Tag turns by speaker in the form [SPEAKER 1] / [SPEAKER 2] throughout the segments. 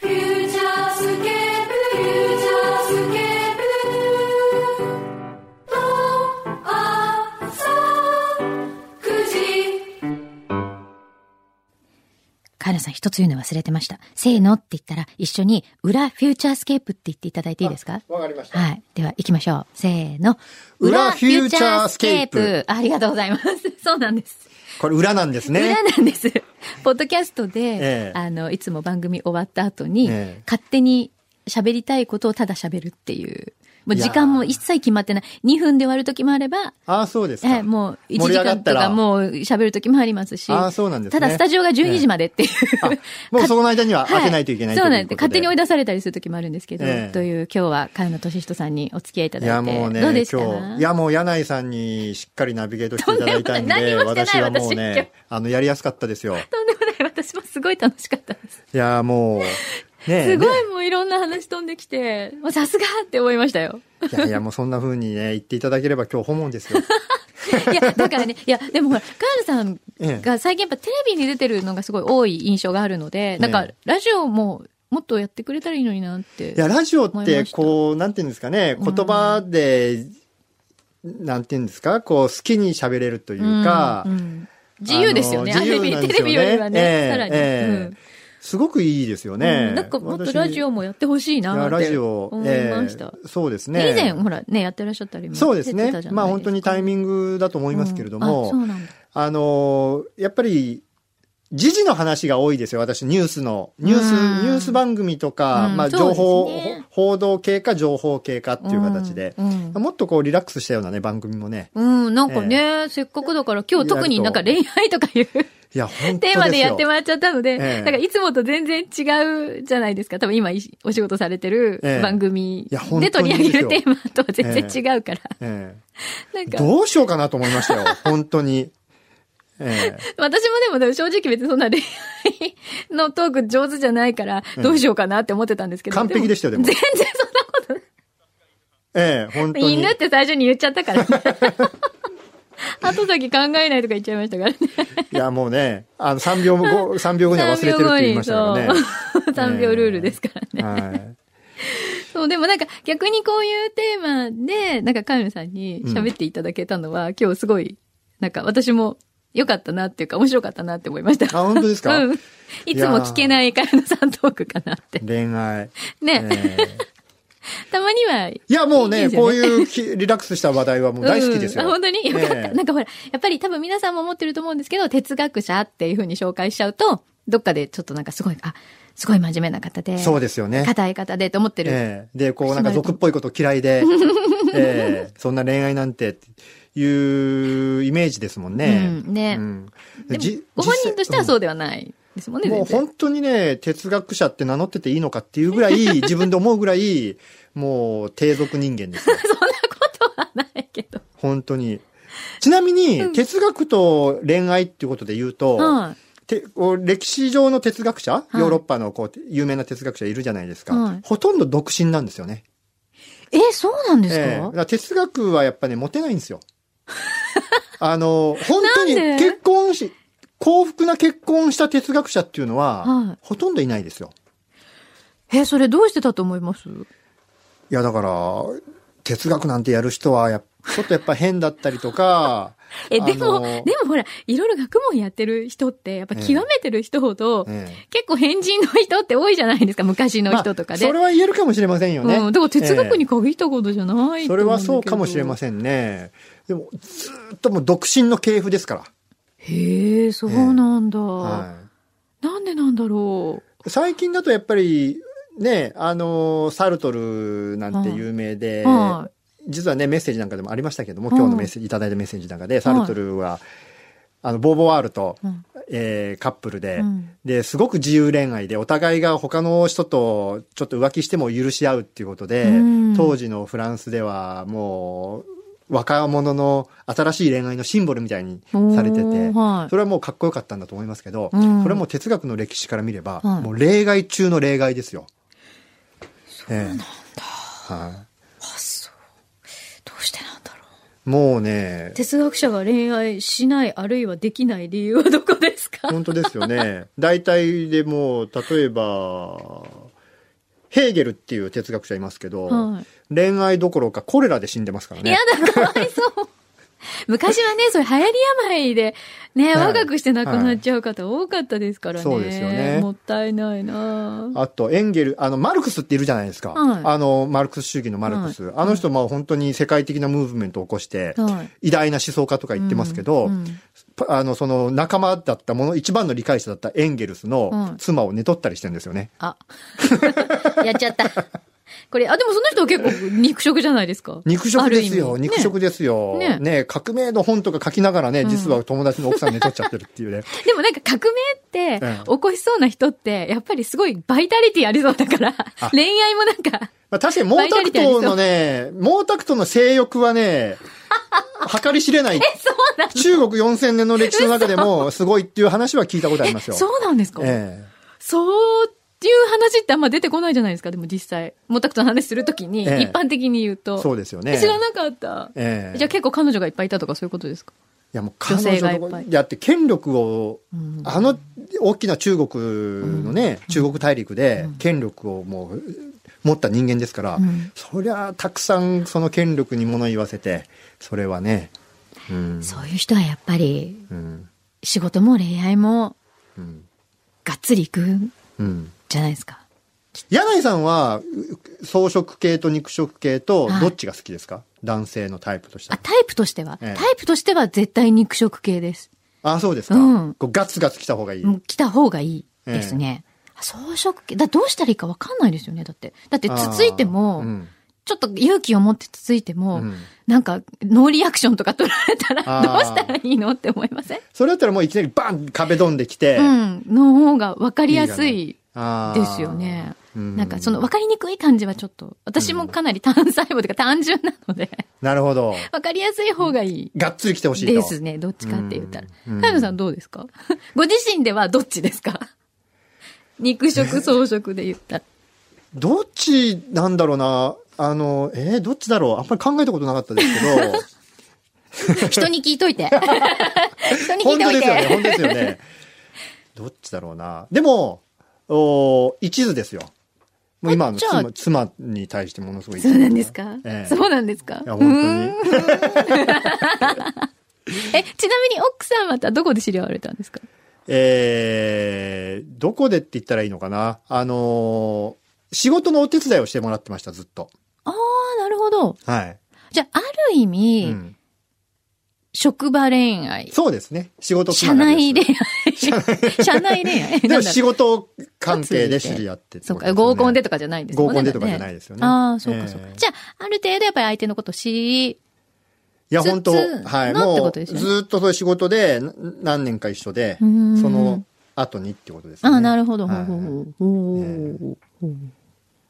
[SPEAKER 1] フューチャースケープフューチャースケープル」「とあさ9時
[SPEAKER 2] カエラさん一つ言うの忘れてました。せーのって言ったら一緒に裏フューチャースケープって言っていただいていいですか
[SPEAKER 3] わかりました。
[SPEAKER 2] はい。では行きましょう。せーの。
[SPEAKER 3] 裏フューチャースケープ
[SPEAKER 2] 裏フューチャースケープありがとうございます。 そうなんです。
[SPEAKER 3] これ裏なんですね
[SPEAKER 2] 裏。なん です。ポッドキャストで、
[SPEAKER 3] ええ
[SPEAKER 2] あの、いつも番組終わった後に、
[SPEAKER 3] ええ
[SPEAKER 2] 勝手に喋りたいことをただ喋るっていう。もう時間も一切決まってない。2分で終わる時もあれば、
[SPEAKER 3] ああ、そうですか。
[SPEAKER 2] ええもう1時間とか
[SPEAKER 3] う。
[SPEAKER 2] もう喋る時もありますし。
[SPEAKER 3] ああ、そうなんです
[SPEAKER 2] た
[SPEAKER 3] ね。
[SPEAKER 2] だスタジオが12時までっていう、
[SPEAKER 3] あもうその間には開けないといけない
[SPEAKER 2] そうなんです。
[SPEAKER 3] ということ
[SPEAKER 2] 勝手に追い出されたりする時もあるんですけど、
[SPEAKER 3] ええ
[SPEAKER 2] という今日は萱野俊人さんにお付き合いいただい
[SPEAKER 3] い
[SPEAKER 2] て。
[SPEAKER 3] やもうね、
[SPEAKER 2] どうでした
[SPEAKER 3] 今日、いやもう柳井さんにしっかりナビゲートしていただいた
[SPEAKER 2] とん
[SPEAKER 3] んで、
[SPEAKER 2] でもない
[SPEAKER 3] 私はもう
[SPEAKER 2] 何もしてない私今日
[SPEAKER 3] ね、あの、やりやすかっ たですよ。
[SPEAKER 2] とんでもない。私もすごい楽しかったです。
[SPEAKER 3] いやもう、ね
[SPEAKER 2] すご
[SPEAKER 3] ね
[SPEAKER 2] いもういろんな話飛んできて、もうさすがって思いました よ。
[SPEAKER 3] いやいやもうそんな風にね、言っていただければ今日訪問 ですよ。
[SPEAKER 2] いや、だからね、いや、でもほら、カールさん
[SPEAKER 3] ええ
[SPEAKER 2] が最近やっぱテレビに出てるのがすごい多い印象があるので、なんか
[SPEAKER 3] ええ
[SPEAKER 2] ラジオももっとやってくれたらいいのになって。
[SPEAKER 3] いや、ラジオ
[SPEAKER 2] 思
[SPEAKER 3] っ
[SPEAKER 2] いま
[SPEAKER 3] て、
[SPEAKER 2] した
[SPEAKER 3] こう、なんていうんですかね、
[SPEAKER 2] ん
[SPEAKER 3] 言葉で、なんていうんですか、こう、好きに喋れるというか、
[SPEAKER 2] うんうん自由ですよね。
[SPEAKER 3] あ
[SPEAKER 2] あ
[SPEAKER 3] の
[SPEAKER 2] る意味、
[SPEAKER 3] 自由な
[SPEAKER 2] テ
[SPEAKER 3] んです
[SPEAKER 2] レビ
[SPEAKER 3] よね
[SPEAKER 2] よりはね、
[SPEAKER 3] ええ
[SPEAKER 2] さらに。
[SPEAKER 3] ええ
[SPEAKER 2] うん
[SPEAKER 3] すごくいいですよね。
[SPEAKER 2] うんなんかもっと
[SPEAKER 3] 私
[SPEAKER 2] ラジオもやってほしい
[SPEAKER 3] いや
[SPEAKER 2] なっ
[SPEAKER 3] ラ
[SPEAKER 2] て
[SPEAKER 3] ジオ、
[SPEAKER 2] 思いました。
[SPEAKER 3] えーそうですね。
[SPEAKER 2] 以前、ほら、ね、やってらっしゃったりも
[SPEAKER 3] そうです
[SPEAKER 2] 出て
[SPEAKER 3] ね
[SPEAKER 2] たじ。ゃ
[SPEAKER 3] ま
[SPEAKER 2] な
[SPEAKER 3] あ
[SPEAKER 2] い
[SPEAKER 3] 本当にタイミングだと思いますけれど
[SPEAKER 2] うんあ
[SPEAKER 3] も、
[SPEAKER 2] そうなんだ
[SPEAKER 3] あのーやっぱり、時事の話が多いですよ、私、ニュースの。ニュース、
[SPEAKER 2] うん
[SPEAKER 3] ニュース番組とか、
[SPEAKER 2] うん
[SPEAKER 3] まあ
[SPEAKER 2] そうで
[SPEAKER 3] 情
[SPEAKER 2] すね
[SPEAKER 3] 報、ほ報道系か情報系かっていう形で、
[SPEAKER 2] うん
[SPEAKER 3] もっとこうリラックスしたようなね、番組もね。
[SPEAKER 2] うん、なんかね、せっかくだから今日特になんか恋愛とかいう
[SPEAKER 3] いや、本当ですよ。
[SPEAKER 2] テーマでやってもらっちゃったので、
[SPEAKER 3] ええ
[SPEAKER 2] なんかいつもと全然違うじゃないですか。多分今いお仕事されてる
[SPEAKER 3] ええ
[SPEAKER 2] 番組
[SPEAKER 3] いや本
[SPEAKER 2] で
[SPEAKER 3] 当
[SPEAKER 2] 取
[SPEAKER 3] に
[SPEAKER 2] り
[SPEAKER 3] です
[SPEAKER 2] 上
[SPEAKER 3] よ
[SPEAKER 2] げるテーマとは全然違うから。
[SPEAKER 3] え
[SPEAKER 2] なん
[SPEAKER 3] え
[SPEAKER 2] か、
[SPEAKER 3] どうしようかなと思いま したよ、本当に。ええ
[SPEAKER 2] 私もでも正直別にそんな恋愛のトーク上手じゃないから、どうしようかなって思ってたんですけど。
[SPEAKER 3] 完璧でしたよでも
[SPEAKER 2] 全然そんなことない
[SPEAKER 3] ええ本当に。
[SPEAKER 2] 犬って最初に言っちゃった から、ね。後先考えないとか言っちゃいましたからね。
[SPEAKER 3] いや、もうね、あの、3秒後、三秒後には忘れてるって言いましたからね。
[SPEAKER 2] 3秒ルールですからね。
[SPEAKER 3] はい。
[SPEAKER 2] そう、でもなんか逆にこういうテーマで、なんかカエルさんに喋っていただけたのは、今日すごい、なんか私も良かったなっていうか、面白かったなって思いました。
[SPEAKER 3] あ、本当ですか、
[SPEAKER 2] うん。いつも聞けないカエルさんトークかなって。
[SPEAKER 3] 恋愛。
[SPEAKER 2] ね、
[SPEAKER 3] ええ
[SPEAKER 2] たまには、
[SPEAKER 3] いや、もう
[SPEAKER 2] いい
[SPEAKER 3] ね、
[SPEAKER 2] ですよね
[SPEAKER 3] こういうきリラックスした話題はもう大好きですよ。
[SPEAKER 2] うんあ本当によかった、
[SPEAKER 3] ええ
[SPEAKER 2] なんかほら、やっぱり多分皆さんも思ってると思うんですけど、哲学者っていうふうに紹介しちゃうと、どっかでちょっとなんかすごい、あ、すごい真面目な方で、
[SPEAKER 3] そうですよね。
[SPEAKER 2] 硬い方でと思ってる。
[SPEAKER 3] ええで、こうなんか俗っぽいこと嫌 いで、ええそんな恋愛なんてっていうイメージですもんね。
[SPEAKER 2] うんね
[SPEAKER 3] ん
[SPEAKER 2] でも
[SPEAKER 3] じ
[SPEAKER 2] ご本人としてはそううではないですもんね、
[SPEAKER 3] んもう
[SPEAKER 2] 全然
[SPEAKER 3] 本当にね、哲学者って名乗ってていいのかっていうぐらい、 自分で思うぐらい、もう低俗人間ですよ。
[SPEAKER 2] そんなことはないけ ど。
[SPEAKER 3] 本当に。ちなみに、
[SPEAKER 2] うん
[SPEAKER 3] 哲学と恋愛っていうことで言うと、
[SPEAKER 2] はい。
[SPEAKER 3] てこう歴史上の哲学者、
[SPEAKER 2] い
[SPEAKER 3] ヨーロッパのこうて有名な哲学者いるじゃないですか、
[SPEAKER 2] はい
[SPEAKER 3] ほとんど独身なんですよね。
[SPEAKER 2] え、そうなんですか、
[SPEAKER 3] ええだから哲学はやっぱね、モテないんで すよ。あの、本当に
[SPEAKER 2] なんで
[SPEAKER 3] 結婚し、幸福な結婚した哲学者っていうのは、
[SPEAKER 2] はい
[SPEAKER 3] ほとんどいないですよ。
[SPEAKER 2] えそれどうしてたと思います、
[SPEAKER 3] いや、だから、哲学なんてやる人はやっ、ちょっとやっぱ変だったりとか
[SPEAKER 2] え、でも、
[SPEAKER 3] あの
[SPEAKER 2] でもほら、いろいろ学問やってる人って、やっぱ極めてる人ほど、
[SPEAKER 3] ええ
[SPEAKER 2] 結構変人の人って多いじゃないですか、昔の人とかで。
[SPEAKER 3] まあそれは言えるかもしれませんよね。
[SPEAKER 2] うん、だから哲学に
[SPEAKER 3] え
[SPEAKER 2] 限ったことじゃない、
[SPEAKER 3] えそれはそうかもしれま
[SPEAKER 2] ん。
[SPEAKER 3] せんね。でも、ずーっともう独身の系譜ですか
[SPEAKER 2] へえ、そうなんだ、
[SPEAKER 3] ら。は
[SPEAKER 2] なんでなんだろう。
[SPEAKER 3] い、最近だとやっぱり、ね、あのー、サルトルなんて有名で、
[SPEAKER 2] は
[SPEAKER 3] 実はね、メッセージなんかでもありましたけども、今日のメッセージ、いただいたメッセージなんかで、サルトルは、あの、ボーボワールと、
[SPEAKER 2] うん
[SPEAKER 3] えーカップルで、
[SPEAKER 2] うん
[SPEAKER 3] で、すごく自由恋愛で、お互いが他の人とちょっと浮気しても許し合うっていうことで、
[SPEAKER 2] うん
[SPEAKER 3] 当時のフランスではもう、若者の新しい恋愛のシンボルみたいにされて
[SPEAKER 2] お
[SPEAKER 3] て
[SPEAKER 2] ー、はい
[SPEAKER 3] それはもうかっこよかったんだと思いますけど、
[SPEAKER 2] うん
[SPEAKER 3] これはもう哲学の歴史から見れば、
[SPEAKER 2] はい
[SPEAKER 3] もう例外中の例外ですよ。そうなんだ。はい
[SPEAKER 2] どうしてなんだろう。
[SPEAKER 3] もうね、
[SPEAKER 2] 哲学者が恋愛しない、あるいはできない理由はどこですか
[SPEAKER 3] 本当ですよね。大体でもう、例えば、ヘーゲルっていう哲学者いますけど、
[SPEAKER 2] はい
[SPEAKER 3] 恋愛どころかコレラで死んでますからね。
[SPEAKER 2] やだ、かわい そう。昔はね、それ流行り病で、ね、
[SPEAKER 3] はい
[SPEAKER 2] 若くして亡くなっちゃう方多かったですからね。
[SPEAKER 3] そうですよね
[SPEAKER 2] もったいないなぁ
[SPEAKER 3] あと、エンゲル、あの、マルクスっているじゃないですか。
[SPEAKER 2] はい
[SPEAKER 3] あの、マルクス主義のマルクス。あの人、まあ本当に世界的なムーブメントを起こして、
[SPEAKER 2] はい
[SPEAKER 3] 偉大な思想家とか言ってますけど、
[SPEAKER 2] うんうん
[SPEAKER 3] パあの、その仲間だったもの、一番の理解者だったエンゲルス
[SPEAKER 2] は
[SPEAKER 3] の
[SPEAKER 2] い
[SPEAKER 3] 妻を寝取ったりしてるんですよね。
[SPEAKER 2] あ。 やっちゃった。これ、あ、でもその人は結構肉食じゃないですか。
[SPEAKER 3] 肉食ですよ。
[SPEAKER 2] ある意味
[SPEAKER 3] 肉食
[SPEAKER 2] ね
[SPEAKER 3] ですよ。
[SPEAKER 2] ね
[SPEAKER 3] ね革命の本とか書きながらね、実は友達の奥さん寝取っちゃってるっていうね。
[SPEAKER 2] でもなんか革命って
[SPEAKER 3] ええ
[SPEAKER 2] 起こしそうな人って、やっぱりすごいバイタリティありそうだから、恋愛もなんか、
[SPEAKER 3] まあ、確かに毛沢東のね、毛沢東の性欲はね、計り知 れない。中国4000年の歴史の中でもすごいっていう話は聞いたことありますよ。
[SPEAKER 2] そうなんですか、
[SPEAKER 3] ええ
[SPEAKER 2] そうっていう話ってあんま出てこないじゃないですか、でも実際。毛沢東の話するときに、
[SPEAKER 3] ええ
[SPEAKER 2] 一般的に言うと。
[SPEAKER 3] そうですよね。
[SPEAKER 2] え知らなかった。
[SPEAKER 3] ええ
[SPEAKER 2] じゃあ結構彼女がいっぱいいたとかそういうことですか
[SPEAKER 3] いやもう彼
[SPEAKER 2] 女性がい
[SPEAKER 3] 女
[SPEAKER 2] っぱ
[SPEAKER 3] の
[SPEAKER 2] い
[SPEAKER 3] やって権力を、
[SPEAKER 2] ん
[SPEAKER 3] あの大きな中国のね、中国大陸で権力をもう持った人間ですから、
[SPEAKER 2] ん
[SPEAKER 3] そりゃたくさんその権力に物言わせて、それはね、うん、
[SPEAKER 2] そういう人はやっぱり、
[SPEAKER 3] うん、
[SPEAKER 2] 仕事も恋愛も、
[SPEAKER 3] うん、
[SPEAKER 2] がっつりいくん
[SPEAKER 3] うん。
[SPEAKER 2] じゃないですか。
[SPEAKER 3] 柳井さんは、う草食系と肉食系と
[SPEAKER 2] はい、
[SPEAKER 3] どっちが好きですか、男性のタイプとして
[SPEAKER 2] あ、
[SPEAKER 3] は。
[SPEAKER 2] タイプとしては、
[SPEAKER 3] ええ
[SPEAKER 2] タイプとしては絶対肉食系です。
[SPEAKER 3] あ、そうですか。
[SPEAKER 2] うん
[SPEAKER 3] こうガツガツ来た方がいい。
[SPEAKER 2] もう来た方がいいですね。あ草食系、だどうしたらいいかわかんないですよね、だって。だって、
[SPEAKER 3] あ
[SPEAKER 2] つ
[SPEAKER 3] ー
[SPEAKER 2] ついても、
[SPEAKER 3] うん
[SPEAKER 2] ちょっと勇気を持ってつついても、
[SPEAKER 3] うん
[SPEAKER 2] なんか、ノーリアクションとか取られたら、
[SPEAKER 3] あー
[SPEAKER 2] どうしたらいいのって思いません
[SPEAKER 3] それだったらもういきなりバン壁ドンできて、
[SPEAKER 2] うん。の方が分かりやす
[SPEAKER 3] い
[SPEAKER 2] い
[SPEAKER 3] いあー
[SPEAKER 2] ですよね。
[SPEAKER 3] うん
[SPEAKER 2] なんか、その分かりにくい感じはちょっと、私もかなり単細胞というか単純なので、
[SPEAKER 3] なるほど。
[SPEAKER 2] 分かりやすい方がいい。
[SPEAKER 3] がっつり来てほしいと。
[SPEAKER 2] ですね。どっちかって言ったら
[SPEAKER 3] うん。
[SPEAKER 2] カイムさんどうですか ご自身ではどっちですか 肉食、草食で言っ たら。
[SPEAKER 3] どっちなんだろうな。あの、えーどっちだろう。あんまり考えたことなかったですけ ど。
[SPEAKER 2] 人に聞いと いて。人に聞い
[SPEAKER 3] 本
[SPEAKER 2] と
[SPEAKER 3] 当
[SPEAKER 2] い
[SPEAKER 3] ですよね。
[SPEAKER 2] て。
[SPEAKER 3] 本当ですよね。どっちだろうな。でも、お一途ですよ。もう今の
[SPEAKER 2] じゃあ
[SPEAKER 3] 妻妻に対してものすごい。
[SPEAKER 2] そうなんですか
[SPEAKER 3] ええ
[SPEAKER 2] そうなんですか
[SPEAKER 3] いや、本当に。
[SPEAKER 2] え、ちなみに奥さんはどこで知り合われたんですか
[SPEAKER 3] えー、どこでって言ったらいいのかな。あのー仕事のお手伝いをしてもらってました、ずっと。
[SPEAKER 2] ああ、なるほど。
[SPEAKER 3] はい。
[SPEAKER 2] じゃあ、ある意味、
[SPEAKER 3] うん、
[SPEAKER 2] 職場恋愛。
[SPEAKER 3] そうですね。仕事つ
[SPEAKER 2] 社
[SPEAKER 3] ながり
[SPEAKER 2] 内
[SPEAKER 3] で
[SPEAKER 2] 恋
[SPEAKER 3] す
[SPEAKER 2] 愛。社内恋愛。
[SPEAKER 3] で
[SPEAKER 2] な
[SPEAKER 3] も
[SPEAKER 2] んだ
[SPEAKER 3] 仕事関係で知り合ってって
[SPEAKER 2] そう
[SPEAKER 3] ことです
[SPEAKER 2] か、
[SPEAKER 3] よね、
[SPEAKER 2] 合コンでとかじゃないんですもんね
[SPEAKER 3] 合コンでとかじゃないですよね
[SPEAKER 2] だってああ、そうかそうか。
[SPEAKER 3] ええ
[SPEAKER 2] じゃあ、ある程度やっぱり相手のことを知り、
[SPEAKER 3] いや、本当
[SPEAKER 2] つつ
[SPEAKER 3] はい、
[SPEAKER 2] のって
[SPEAKER 3] も
[SPEAKER 2] こ
[SPEAKER 3] う、
[SPEAKER 2] と
[SPEAKER 3] ず
[SPEAKER 2] ですよね
[SPEAKER 3] ーっとそういう仕事で、な何年か一緒で、そ
[SPEAKER 2] うん
[SPEAKER 3] の後にってことです
[SPEAKER 2] あ
[SPEAKER 3] ね。
[SPEAKER 2] あ、なるほど。ほ
[SPEAKER 3] は
[SPEAKER 2] う
[SPEAKER 3] い
[SPEAKER 2] ほうほうほうほう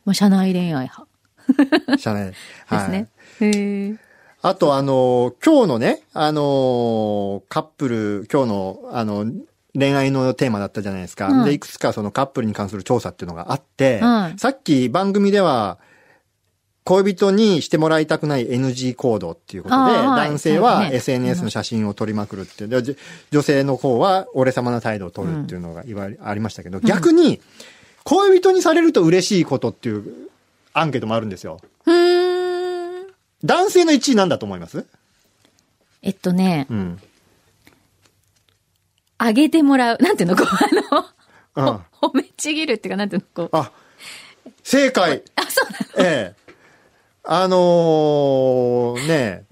[SPEAKER 2] まあ、社内恋愛派
[SPEAKER 3] 社内。で
[SPEAKER 2] ですね。。へえ。
[SPEAKER 3] あと、あの、今日のね、あの、カップル、今日の、あの、恋愛のテーマだったじゃないですか。
[SPEAKER 2] うん
[SPEAKER 3] で、いくつかそのカップルに関する調査っていうのがあって、
[SPEAKER 2] うん
[SPEAKER 3] さっき番組では、恋人にしてもらいたくない NG 行動っていうことで、
[SPEAKER 2] あーはい
[SPEAKER 3] 男性
[SPEAKER 2] そう
[SPEAKER 3] は
[SPEAKER 2] だね
[SPEAKER 3] SNS の写真を撮りまくるっていう、でじ女性の方は俺様な態度を取るっていうのがいわゆるありましたけど、逆に、恋人にされると嬉しいことっていうアンケートもあるんですよ。
[SPEAKER 2] うーん。
[SPEAKER 3] 男性の1位なんだと思います
[SPEAKER 2] えっとね
[SPEAKER 3] う、ん。
[SPEAKER 2] あげてもらう。なんていうのこう、
[SPEAKER 3] う
[SPEAKER 2] あ
[SPEAKER 3] ん。
[SPEAKER 2] の、褒めちぎるっていうか、なんていうのこう。
[SPEAKER 3] あ、正解。
[SPEAKER 2] あ、そうなの
[SPEAKER 3] ええ。あのーねえ、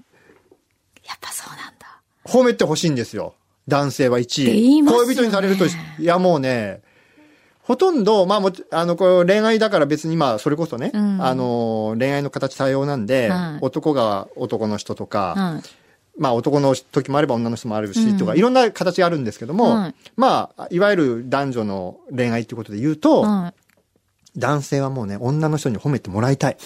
[SPEAKER 2] やっぱそうなんだ。
[SPEAKER 3] 褒めてほしいんですよ。男性は1位。
[SPEAKER 2] って言いますよね
[SPEAKER 3] 恋人にされるとし、いやもうね、ほとんど、まあもち、あの、これ恋愛だから別にまあ、それこそね、
[SPEAKER 2] うん
[SPEAKER 3] あのー恋愛の形多様なんで、
[SPEAKER 2] はい
[SPEAKER 3] 男が男の人とか、
[SPEAKER 2] はい
[SPEAKER 3] まあ男の時もあれば女の人もあるし、
[SPEAKER 2] うん
[SPEAKER 3] とか、いろんな形があるんですけども、
[SPEAKER 2] はい
[SPEAKER 3] まあ、いわゆる男女の恋愛っていうことで言うと、
[SPEAKER 2] は
[SPEAKER 3] 男性はもうね、女の人に褒めてもらいた い。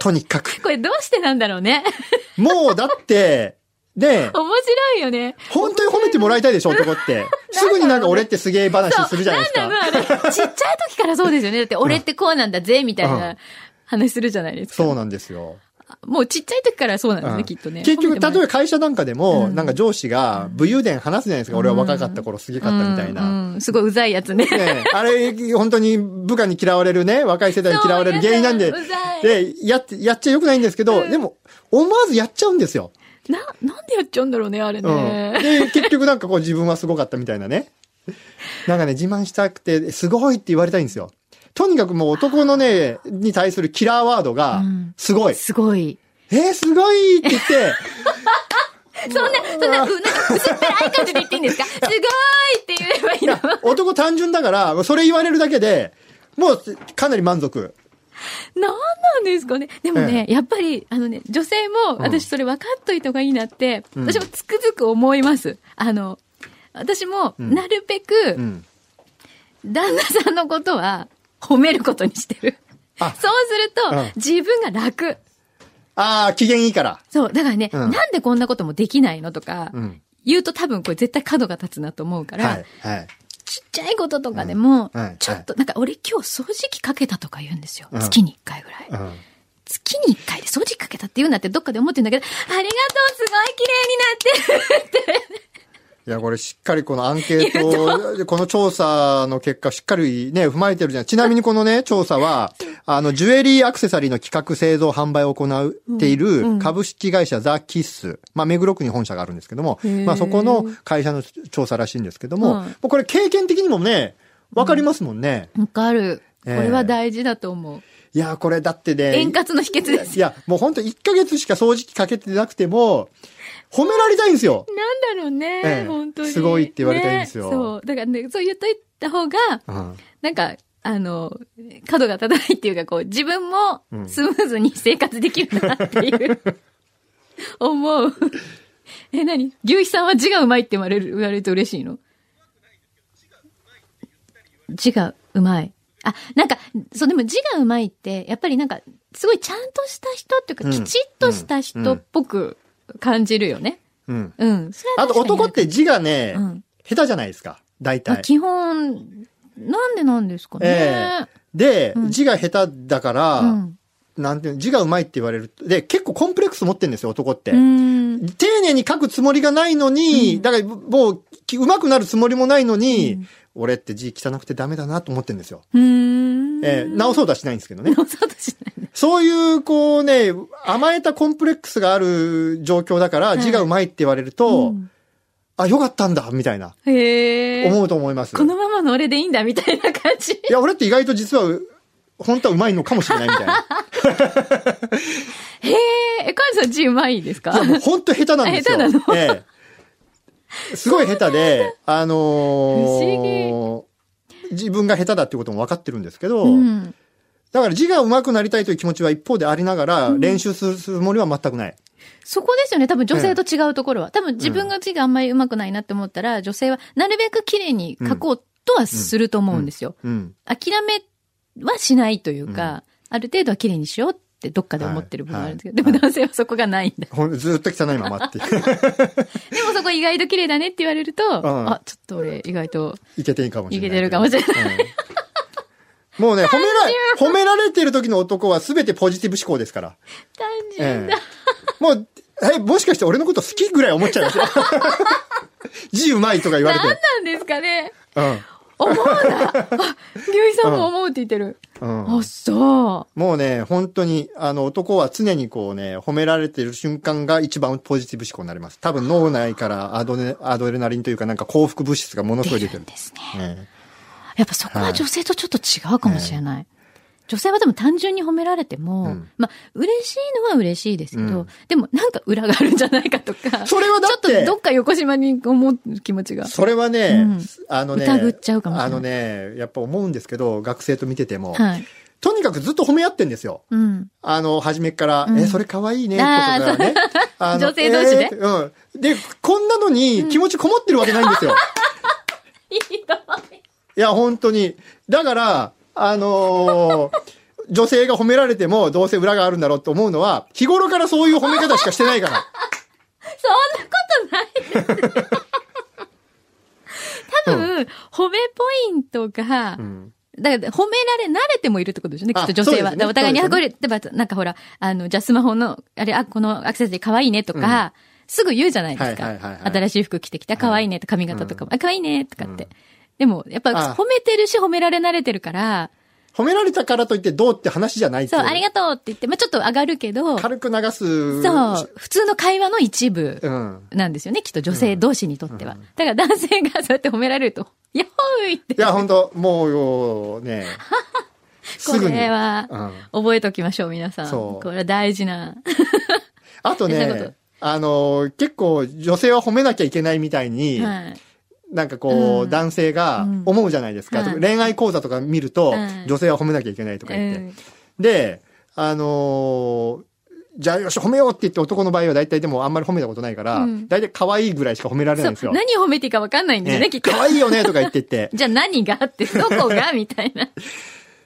[SPEAKER 3] とにか
[SPEAKER 2] い。
[SPEAKER 3] く。
[SPEAKER 2] これどうしてなんだろうね。
[SPEAKER 3] もうだって、で、
[SPEAKER 2] 面白いよね。
[SPEAKER 3] 本当に褒めてもらいたいでしょ、男って。すぐになんか俺ってすげえ話するじゃないです
[SPEAKER 2] そう
[SPEAKER 3] か。
[SPEAKER 2] なんだろう、あれ。ちっちゃい時からそうですよね。だって、俺ってこうなんだぜ、みたいうなん話するじゃないですか。
[SPEAKER 3] そうなんですよ。
[SPEAKER 2] もうちっちゃい時からそうなんです
[SPEAKER 3] うん
[SPEAKER 2] ね、きっとね。
[SPEAKER 3] 結局、例
[SPEAKER 2] ば、
[SPEAKER 3] えば会社なんかでも、
[SPEAKER 2] うん
[SPEAKER 3] なんか上司が武勇伝話すじゃないですか。俺は若かった頃すげえかったみたいな。
[SPEAKER 2] うんうんすごいうざいやつね。
[SPEAKER 3] ねえ、あれ、本当に部下に嫌われるね、若い世代に嫌われる原因なんで
[SPEAKER 2] そう、やだうざ
[SPEAKER 3] で、やっ、やっちゃよくないんですけど、
[SPEAKER 2] うん
[SPEAKER 3] でも、思わずやっちゃうんですよ。
[SPEAKER 2] な、なんでやっちゃうんだろうね、あれ
[SPEAKER 3] うん。
[SPEAKER 2] ね。
[SPEAKER 3] で、結局なんかこう自分はすごかったみたい なね。なんかね、自慢したくて、すごいって言われたいんですよ。とにかくもう男のね、に対するキラーワードが
[SPEAKER 2] うん、
[SPEAKER 3] すごい。
[SPEAKER 2] すごい。
[SPEAKER 3] えー、すごいって言 って、
[SPEAKER 2] そんな、そんな、うんなんか薄っぺらい感じで言っていいんですかすごいって言えばいい
[SPEAKER 3] い
[SPEAKER 2] の
[SPEAKER 3] や、男単純だから、それ言われるだけで、もうかなり満足。
[SPEAKER 2] なんなんですかね。でもね、やっぱり、あのね、女性も、
[SPEAKER 3] ん
[SPEAKER 2] 私それ分かっといた方がいいなって、
[SPEAKER 3] うん
[SPEAKER 2] 私もつくづく思います。あの、私も、
[SPEAKER 3] ん
[SPEAKER 2] なるべく、
[SPEAKER 3] うん。
[SPEAKER 2] 旦那さんのことは、褒めることにしてる。そう
[SPEAKER 3] あ
[SPEAKER 2] すると、
[SPEAKER 3] うん
[SPEAKER 2] 自分が楽。
[SPEAKER 3] ああ、機嫌いいから。
[SPEAKER 2] そう、だからね、
[SPEAKER 3] うん
[SPEAKER 2] なんでこんなこともできないのとか、
[SPEAKER 3] うん。
[SPEAKER 2] 言うと多分これ絶対角が立つなと思うから、
[SPEAKER 3] はい、はい。
[SPEAKER 2] ちっちゃいこととかでも、
[SPEAKER 3] うんはい
[SPEAKER 2] ちょっと、なんか俺今日掃除機かけたとか言うんですよ。
[SPEAKER 3] うん
[SPEAKER 2] 月に1回ぐらい。
[SPEAKER 3] うん。
[SPEAKER 2] 月に1回で掃除機かけたって言うなってどっかで思ってんだけど、ありがとうすごい綺麗になってる
[SPEAKER 3] いや、これしっかりこのアンケート、この調査の結果しっかりね、踏まえてるじゃん。ちなみにこのね、調査は、あの、ジュエリーアクセサリーの企画製造販売を行っている株式会社ザ・キッス。まあ、目黒区に本社があるんですけども、
[SPEAKER 2] へー
[SPEAKER 3] まあ、そこの会社の調査らしいんですけども、
[SPEAKER 2] はい
[SPEAKER 3] もうこれ経験的にもね、 わかりますもんね。
[SPEAKER 2] わかる。 こ
[SPEAKER 3] ええ
[SPEAKER 2] れは大事だと思う。
[SPEAKER 3] いや、これだってね。
[SPEAKER 2] 円滑の秘訣です
[SPEAKER 3] いや、もうほんと1ヶ月しか掃除機かけてなくても、褒められたいんですよ。
[SPEAKER 2] なんだろうね、
[SPEAKER 3] ええ
[SPEAKER 2] 本当に。
[SPEAKER 3] すごいって言われたいんですよ
[SPEAKER 2] ねそう。だからね、そう言っといた方が、
[SPEAKER 3] うん
[SPEAKER 2] なんか、あの、角が立たないっていうか、こう、自分も
[SPEAKER 3] うん
[SPEAKER 2] スムーズに生活できるなっていう、 思う。え、なに牛肥さんは字がうまいって言われる、言われると嬉しいの字がうまい。あ、なんか、そう、でも字がうまいって、やっぱりなんか、すごいちゃんとした人っていうか、
[SPEAKER 3] うん
[SPEAKER 2] きちっとした人っぽく感じるよね。
[SPEAKER 3] うん。
[SPEAKER 2] うん。それは
[SPEAKER 3] あと
[SPEAKER 2] 確かに
[SPEAKER 3] 男って字がね、
[SPEAKER 2] うん
[SPEAKER 3] 下手じゃないですか。大
[SPEAKER 2] まあ
[SPEAKER 3] 体。
[SPEAKER 2] 基本、なんでなんですかね。
[SPEAKER 3] えで、
[SPEAKER 2] うん
[SPEAKER 3] 字が下手だから、
[SPEAKER 2] うん。
[SPEAKER 3] なんていうの字がうまいって言われると。で、結構コンプレックス持ってんですよ、男って。
[SPEAKER 2] うん。
[SPEAKER 3] 丁寧に書くつもりがないのに、だからもう、き上手くなるつもりもないのに、俺って字汚くてダメだなと思ってんですよ。
[SPEAKER 2] うん。
[SPEAKER 3] えー直そうとはしないんですけどね。
[SPEAKER 2] 直そうとしない。
[SPEAKER 3] そういう、こうね、甘えたコンプレックスがある状況だから、
[SPEAKER 2] い
[SPEAKER 3] 字がうまいって言われると、
[SPEAKER 2] うん
[SPEAKER 3] あ、よかったんだ、みたいな、
[SPEAKER 2] へえ。
[SPEAKER 3] 思うと思います。
[SPEAKER 2] このままの俺でいいんだみたいな感じ。
[SPEAKER 3] いや、俺って意外と実は、本当はうまいのかもしれないみたいな。
[SPEAKER 2] へえ。え、カンさん字うまいですか
[SPEAKER 3] いや、もう本当下手なんですよ。
[SPEAKER 2] あ 下手なの
[SPEAKER 3] ええすごい下手で、あのー
[SPEAKER 2] 不
[SPEAKER 3] 自分が下手だってことも分かってるんですけど、
[SPEAKER 2] うん。
[SPEAKER 3] だから字が上手くなりたいという気持ちは一方でありながら、練習するつもりは全くない。
[SPEAKER 2] そこですよね。多分女性と違うところは。多分自分が字があんまり上手くないなって思ったら、女性はなるべく綺麗に書こうとはすると思うんですよ。
[SPEAKER 3] うん。
[SPEAKER 2] 諦めはしないというか、ある程度は綺麗にしようってどっかで思ってる部分あるんですけど、
[SPEAKER 3] はいは
[SPEAKER 2] で
[SPEAKER 3] い
[SPEAKER 2] も男性はそこがないんだ。
[SPEAKER 3] ほんずっと汚いまま って。
[SPEAKER 2] でもそこ意外と綺麗だねって言われると、
[SPEAKER 3] ん
[SPEAKER 2] あ、ちょっと俺意外と
[SPEAKER 3] いけてるかもしれない。
[SPEAKER 2] いけてるかもしれ
[SPEAKER 3] ない。もうね、褒めら、褒められてる時の男は全てポジティブ思考で すから。
[SPEAKER 2] 単純
[SPEAKER 3] え
[SPEAKER 2] だ。
[SPEAKER 3] え、もう、え、もしかして俺のこと好きぐらい思っちゃいますよ。 字うまいとか言われ
[SPEAKER 2] 何
[SPEAKER 3] て。
[SPEAKER 2] なんですかね
[SPEAKER 3] うん。
[SPEAKER 2] 思うな。あ、牛井さんも思うって言ってる。
[SPEAKER 3] うん
[SPEAKER 2] あ、そ
[SPEAKER 3] もうね、本当に、あの、男は常にこうね、褒められてる瞬間が一番ポジティブ思考になります。多分脳内からアドレアドレナリンというかなんか幸福物質がもの
[SPEAKER 2] う。
[SPEAKER 3] すごい
[SPEAKER 2] 出
[SPEAKER 3] 出
[SPEAKER 2] る
[SPEAKER 3] てる
[SPEAKER 2] ん。ですね。
[SPEAKER 3] え
[SPEAKER 2] やっぱそこは女性とちょっと違うかもしれない。女性はでも単純に褒められても、
[SPEAKER 3] うん
[SPEAKER 2] まあ、嬉しいのは嬉しいですけど、
[SPEAKER 3] うん
[SPEAKER 2] でもなんか裏があるんじゃないかとか、
[SPEAKER 3] えそれはだっ
[SPEAKER 2] ちょっと
[SPEAKER 3] て
[SPEAKER 2] ど、っか横島に思う気持ちが。
[SPEAKER 3] それはね、
[SPEAKER 2] うん
[SPEAKER 3] あのね、
[SPEAKER 2] 疑っちゃうかもしれない
[SPEAKER 3] あのね、やっぱ思うんですけど、学生と見てても、
[SPEAKER 2] はい。
[SPEAKER 3] とにかくずっと褒め合ってんですよ。
[SPEAKER 2] うん。
[SPEAKER 3] あの、初めっから、
[SPEAKER 2] うん
[SPEAKER 3] え、それ可愛いね、とかが ね。あの
[SPEAKER 2] 女性同士で
[SPEAKER 3] えーうん。で、こんなのに気持ちこもってるわけない んですよ。いや、本当に。だから、あのー女性が褒められても、どうせ裏があるんだろうと思うのは、日頃からそういう褒め方しかしてないから。
[SPEAKER 2] そんなことないです。多分、褒めポイントが、
[SPEAKER 3] うん。
[SPEAKER 2] だから、褒められ、慣れてもいるってことですよね、きっと女性は。
[SPEAKER 3] あそうです
[SPEAKER 2] だ
[SPEAKER 3] ね
[SPEAKER 2] からお互いに、
[SPEAKER 3] そう
[SPEAKER 2] あ、
[SPEAKER 3] で
[SPEAKER 2] これ、
[SPEAKER 3] す
[SPEAKER 2] 例えば、なんかほら、あの、じゃあスマホの、あれ、あ、このアクセサリー可愛いねとか、すぐ言うじゃないですか。
[SPEAKER 3] はいはいはいはい
[SPEAKER 2] 新しい服着てきた、可愛いねとか、髪型とかも、あ、可愛いねとかって。でも、やっぱ、
[SPEAKER 3] あ
[SPEAKER 2] 褒めてるし、褒められ慣れてるから、
[SPEAKER 3] 褒められたからといってどうって話じゃないっ
[SPEAKER 2] そ、
[SPEAKER 3] ていうう
[SPEAKER 2] ありがとうって言って、まあちょっと上がるけど、
[SPEAKER 3] 軽く流す。
[SPEAKER 2] そう、普通の会話の一部
[SPEAKER 3] うん。
[SPEAKER 2] なんですよね、きっと女性同士にとっては。だから男性がそうやって褒められると、 やっほーいって
[SPEAKER 3] い、 や、本当もうよ、ねす
[SPEAKER 2] こ
[SPEAKER 3] ぐに。
[SPEAKER 2] れは
[SPEAKER 3] うん、
[SPEAKER 2] 覚えときましょう、皆さん。
[SPEAKER 3] そ
[SPEAKER 2] こ
[SPEAKER 3] う
[SPEAKER 2] れは大事な。
[SPEAKER 3] あ
[SPEAKER 2] そ
[SPEAKER 3] と
[SPEAKER 2] ういうこ
[SPEAKER 3] ね
[SPEAKER 2] と、
[SPEAKER 3] あのー結構女性は褒めなきゃいけないみたいに、
[SPEAKER 2] はい。
[SPEAKER 3] なんかこう、
[SPEAKER 2] うん
[SPEAKER 3] 男性が思うじゃないですか。
[SPEAKER 2] うん
[SPEAKER 3] 恋愛講座とか見る
[SPEAKER 2] う
[SPEAKER 3] と、
[SPEAKER 2] ん
[SPEAKER 3] 女性は褒めなきゃいけないとか言って。
[SPEAKER 2] うん
[SPEAKER 3] で、あのーじゃあよし褒めようって言って男の場合は大体でもあんまり褒めたことないから、
[SPEAKER 2] うん
[SPEAKER 3] 大体可愛いぐらいしか褒められないんです
[SPEAKER 2] そう
[SPEAKER 3] よ。
[SPEAKER 2] 何を褒めていいか分かんないんですよね、
[SPEAKER 3] ね
[SPEAKER 2] きっと。
[SPEAKER 3] 可愛いよねとか言ってって。
[SPEAKER 2] じゃあ何が って、どこがみたいな。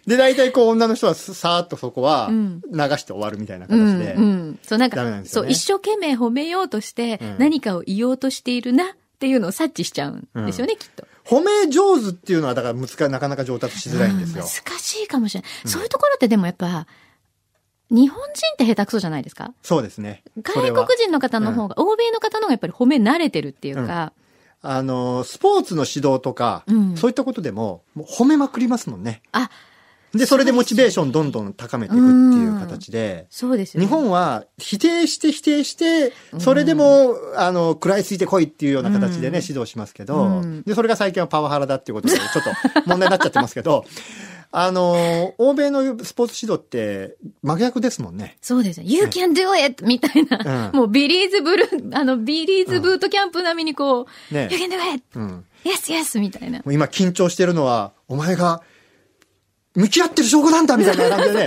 [SPEAKER 3] で、大体こう女の人はすさーっとそこは
[SPEAKER 2] う
[SPEAKER 3] 流
[SPEAKER 2] ん
[SPEAKER 3] して終わるみたいな
[SPEAKER 2] う
[SPEAKER 3] 形
[SPEAKER 2] ん、
[SPEAKER 3] で。
[SPEAKER 2] うん。そう、なんか
[SPEAKER 3] ダメなんです
[SPEAKER 2] そ
[SPEAKER 3] よ
[SPEAKER 2] う、
[SPEAKER 3] ね
[SPEAKER 2] 一生懸命褒めようとして、
[SPEAKER 3] うん
[SPEAKER 2] 何かを言おうとしているなっていうのを察知しちゃうんですよね、きっと。
[SPEAKER 3] 褒め上手っていうのはだから難しなかなか上達しづらいんですよ。
[SPEAKER 2] 難しいかもしれない、そういうところってでもやっぱ、日本人って下手くそじゃないですか
[SPEAKER 3] そうですね。
[SPEAKER 2] 外
[SPEAKER 3] それは
[SPEAKER 2] 国人の方の方が、欧米の方の方がやっぱり褒め慣れてるっていうか、
[SPEAKER 3] あの、スポーツの指導とか、
[SPEAKER 2] うん
[SPEAKER 3] そういったことでも、もう褒めまくりますもんね。
[SPEAKER 2] あ、
[SPEAKER 3] で、それでモチベーションどんどん高めていくっていう形で、
[SPEAKER 2] そうですよ、ね。
[SPEAKER 3] 日本は否定して否定して、それでも、あの、食らいついてこいっていうような形でね、指導しますけど、
[SPEAKER 2] うん
[SPEAKER 3] で、それが最近はパワハラだっていうことで、ちょっと問題になっちゃってます けど、あの、欧米のスポーツ指導って真逆ですもんね。
[SPEAKER 2] そうですね。You can do it! みたいな、
[SPEAKER 3] うん
[SPEAKER 2] もうビリーズブルー、あの、ビリーズブートキャンプ並みにこう、
[SPEAKER 3] ね
[SPEAKER 2] You can do it!
[SPEAKER 3] うん。も
[SPEAKER 2] Yes, yes! みたいな。
[SPEAKER 3] う今緊張してるのは、お前が、向き合ってる証拠なんだみたいな感 じでね。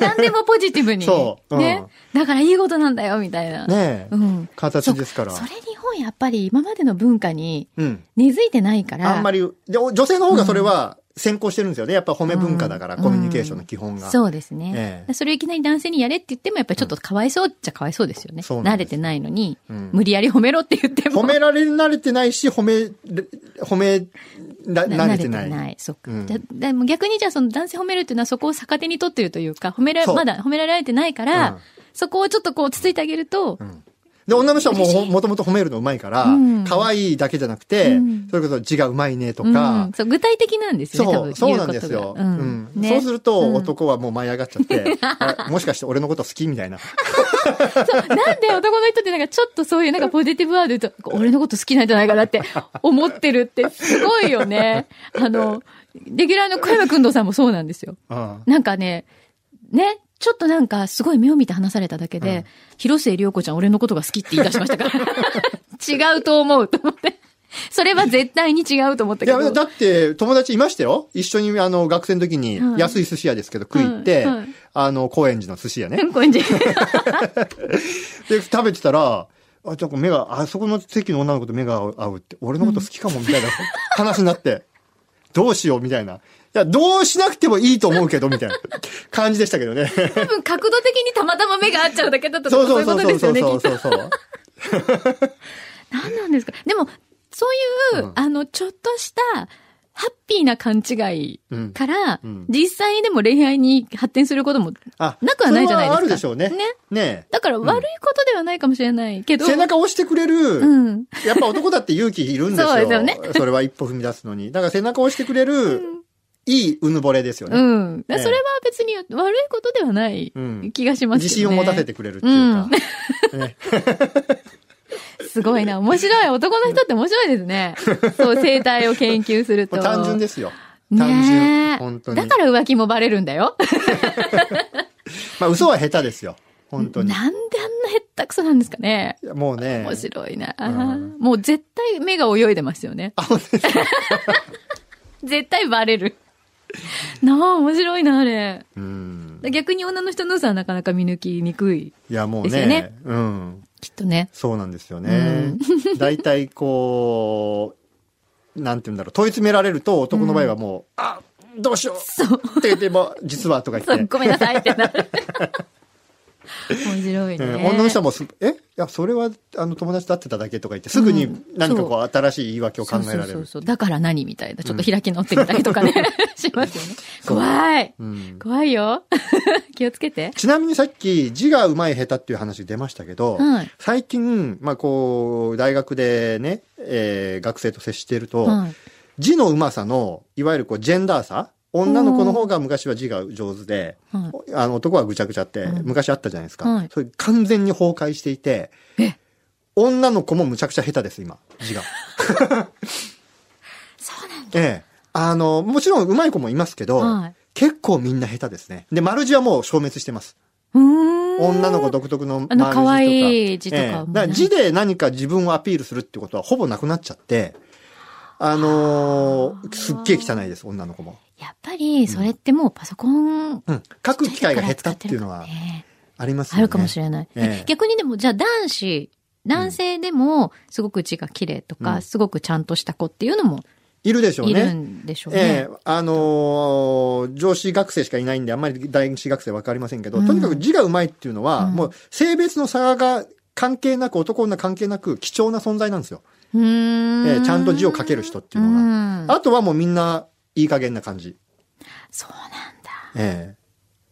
[SPEAKER 2] 何でもポジティブに。
[SPEAKER 3] そううん
[SPEAKER 2] ね。だからいいことなんだよ、みたいな。
[SPEAKER 3] ねえ、
[SPEAKER 2] うん。
[SPEAKER 3] 形ですから。
[SPEAKER 2] そそれ日本やっぱり今までの文化に
[SPEAKER 3] うん。
[SPEAKER 2] 根付いてないから。
[SPEAKER 3] あんまり、でお女性の方がそれは先行してるんですよね。やっぱ褒め文化だから、
[SPEAKER 2] うん
[SPEAKER 3] コミュニケーションの基本が。
[SPEAKER 2] そうですね。
[SPEAKER 3] ええ
[SPEAKER 2] それをいきなり男性にやれって言っても、やっぱりちょっとかわいそうっちゃかわいそうですよね。
[SPEAKER 3] そうな
[SPEAKER 2] 慣
[SPEAKER 3] んで
[SPEAKER 2] れ
[SPEAKER 3] す
[SPEAKER 2] てないのに、
[SPEAKER 3] うん
[SPEAKER 2] 無理やり褒めろって言っても。
[SPEAKER 3] 褒められ慣れてないし、褒めれ、褒めら、
[SPEAKER 2] な
[SPEAKER 3] 慣れてない。
[SPEAKER 2] そっか。
[SPEAKER 3] うん
[SPEAKER 2] じゃでも逆にじゃあその男性褒めるっていうのはそこを逆手に取ってるというか、褒めら、
[SPEAKER 3] そう
[SPEAKER 2] まだ褒められてないから、
[SPEAKER 3] うん
[SPEAKER 2] そこをちょっとこうつついてあげると、
[SPEAKER 3] で、女の人はもう ほ、もともと褒めるのうまいから
[SPEAKER 2] うん、
[SPEAKER 3] 可愛いだけじゃなくて
[SPEAKER 2] うん、
[SPEAKER 3] それこそ字がうまいねと
[SPEAKER 2] う
[SPEAKER 3] か
[SPEAKER 2] ん、そう、具体的なんですよね、多
[SPEAKER 3] そ
[SPEAKER 2] 分
[SPEAKER 3] う、そうなんです
[SPEAKER 2] 言う
[SPEAKER 3] よ。う
[SPEAKER 2] ことが
[SPEAKER 3] ん
[SPEAKER 2] ね
[SPEAKER 3] そうすると、
[SPEAKER 2] うん
[SPEAKER 3] 男はもう舞い上がっちゃ って、あもしかして俺のこと好きみたいな。
[SPEAKER 2] なんで男の人ってなんかちょっとそういうなんかポジティブワード言うと、俺のこと好きなんじゃないかな って思ってるってすごいよね。あの、レギュラーの小山くんどさんもそうなんですよ。
[SPEAKER 3] うん
[SPEAKER 2] なんかね、ね、ちょっとなんかすごい目を見て話されただけで、広末涼子ちゃん俺のことが好きって言い出しました から。違うと思うと思って。それは絶対に違うと思った
[SPEAKER 3] い
[SPEAKER 2] けど。
[SPEAKER 3] や、だって、友達いましたよ。一緒に、あの、学生の時に
[SPEAKER 2] は、い
[SPEAKER 3] 安い寿司屋ですけど、食い行って
[SPEAKER 2] はいはい、
[SPEAKER 3] あの、高円寺の寿司屋ね。
[SPEAKER 2] うんこんじ。
[SPEAKER 3] で、食べてたら、あ、ちょっと目が、あそこの席の女の子と目が合うって、俺のこと好きかも、みたいな話になって、どうしよう、みたいな。いや、どうしなくてもいいと思うけど、みたいな感じでしたけどね。
[SPEAKER 2] 多分角度的にたまたま目が合っちゃうだけだったとか、
[SPEAKER 3] そう
[SPEAKER 2] そう
[SPEAKER 3] そ
[SPEAKER 2] いううこと
[SPEAKER 3] そうそ
[SPEAKER 2] で
[SPEAKER 3] う
[SPEAKER 2] す
[SPEAKER 3] そ
[SPEAKER 2] よ
[SPEAKER 3] う
[SPEAKER 2] ね、きっと。
[SPEAKER 3] そうそうそう。
[SPEAKER 2] 何なんですかでも、そういう、
[SPEAKER 3] うん
[SPEAKER 2] あの、ちょっとした、ハッピーな勘違い
[SPEAKER 3] うん
[SPEAKER 2] から、
[SPEAKER 3] うん
[SPEAKER 2] 実際にでも恋愛に発展することも、
[SPEAKER 3] あ
[SPEAKER 2] なくはないじゃないですか
[SPEAKER 3] それあるでしょうね。
[SPEAKER 2] ね
[SPEAKER 3] ね
[SPEAKER 2] だから悪いことではないかもしれないけ
[SPEAKER 3] え。
[SPEAKER 2] ど、
[SPEAKER 3] 背中押してくれる、
[SPEAKER 2] うん。
[SPEAKER 3] やっぱ男だって勇気いるんですよ。
[SPEAKER 2] そうですよね
[SPEAKER 3] それは一歩踏み出すのに。だから背中押してくれる、いいうぬぼれですよね。
[SPEAKER 2] うん。
[SPEAKER 3] ええ
[SPEAKER 2] それは別に悪いことではない
[SPEAKER 3] うん
[SPEAKER 2] 気がしますよね。
[SPEAKER 3] 自信を持たせてくれるっていうか。ね
[SPEAKER 2] すごいな。面白い。男の人って面白いです ね。そう、生態を研究する。
[SPEAKER 3] ことれ単純ですよ。
[SPEAKER 2] ねえ。
[SPEAKER 3] 単純。本当に。
[SPEAKER 2] だから浮気もバレるんだよ。
[SPEAKER 3] まあ嘘は下手ですよ。本当
[SPEAKER 2] なん
[SPEAKER 3] に
[SPEAKER 2] で。あんなへったくそなんですかね。
[SPEAKER 3] いやもうね。
[SPEAKER 2] 面白いな、
[SPEAKER 3] うん
[SPEAKER 2] もう 絶対目が泳いでますよね。
[SPEAKER 3] あ本当ですか
[SPEAKER 2] 絶対バレる。なあ、面白いな、あれ。
[SPEAKER 3] うん。
[SPEAKER 2] 逆に女の人の良さはなかなか見抜きにくい。
[SPEAKER 3] いや、もう
[SPEAKER 2] ですよ
[SPEAKER 3] ね
[SPEAKER 2] ね
[SPEAKER 3] うん。
[SPEAKER 2] きっとね。
[SPEAKER 3] そうなんですよね。大体こう、なんて言うんだろう、問い詰められると男の場合はもう、あどうしようって言っても、実はとか
[SPEAKER 2] そ
[SPEAKER 3] 言っ
[SPEAKER 2] う、
[SPEAKER 3] て。
[SPEAKER 2] ごめんなさいってなる。 面白いね。
[SPEAKER 3] うん女の人はもうす、えいや、それは、あの、友達と会ってただけとか言って、すぐに何かこう、新しい言い訳を考えられ
[SPEAKER 2] そうそう
[SPEAKER 3] る。
[SPEAKER 2] そう。だから何みたいな。ちょっと開き直ってみたりとかね。 しますよね。
[SPEAKER 3] そう
[SPEAKER 2] 怖い。
[SPEAKER 3] うん
[SPEAKER 2] 怖いよ。 気をつけて。
[SPEAKER 3] ちなみにさっき字が上手い下手っていう話出ましたけど、
[SPEAKER 2] はい
[SPEAKER 3] 最近、まあこう、大学でね、えー学生と接していると、
[SPEAKER 2] はい。
[SPEAKER 3] 字の上手さの、いわゆるこう、ジェンダーさ、女の子の方が昔は字が上手で、
[SPEAKER 2] はい
[SPEAKER 3] あの男はぐちゃぐちゃって
[SPEAKER 2] うん
[SPEAKER 3] 昔あったじゃないですか。
[SPEAKER 2] はい
[SPEAKER 3] それ完全に崩壊していて
[SPEAKER 2] え、
[SPEAKER 3] 女の子もむちゃくちゃ下手です、今、字が。そうなんだ。ええ。あの、もちろん上手い子もいますけど、
[SPEAKER 2] はい
[SPEAKER 3] 結構みんな下手ですね。で、丸字はもう消滅してます。
[SPEAKER 2] うーん。
[SPEAKER 3] 女の子独特の
[SPEAKER 2] あの
[SPEAKER 3] 丸字とか
[SPEAKER 2] 可愛い字とかもね
[SPEAKER 3] ええだら字で何か自分をアピールするってことはほぼなくなっちゃって、あのーすっげえ汚いです、女の子も。
[SPEAKER 2] やっぱり、それってもうパソコン、
[SPEAKER 3] うん。書く機会が減ったっていうのは
[SPEAKER 2] ね
[SPEAKER 3] ありますよ
[SPEAKER 2] あ
[SPEAKER 3] ね。
[SPEAKER 2] るかもしれない。
[SPEAKER 3] ええ
[SPEAKER 2] 逆にでも、じゃあ男子、男性でも、すごく字が綺麗とか、
[SPEAKER 3] うん
[SPEAKER 2] すごくちゃんとした子っていうのも
[SPEAKER 3] いるでしょうね。
[SPEAKER 2] いるんでしょうね。
[SPEAKER 3] ええあのー上司学生しかいないんで、あんまり男子学生わかりませんけど、
[SPEAKER 2] うん
[SPEAKER 3] とにかく字がうまいっていうのは、
[SPEAKER 2] うん
[SPEAKER 3] もう性別の差が関係なく、男女関係なく貴重な存在なんですよ。
[SPEAKER 2] うーん
[SPEAKER 3] ええちゃんと字を書ける人っていうのは。
[SPEAKER 2] うん
[SPEAKER 3] あとはもうみんないい加減な感じ。
[SPEAKER 2] そうなんだ。
[SPEAKER 3] ええ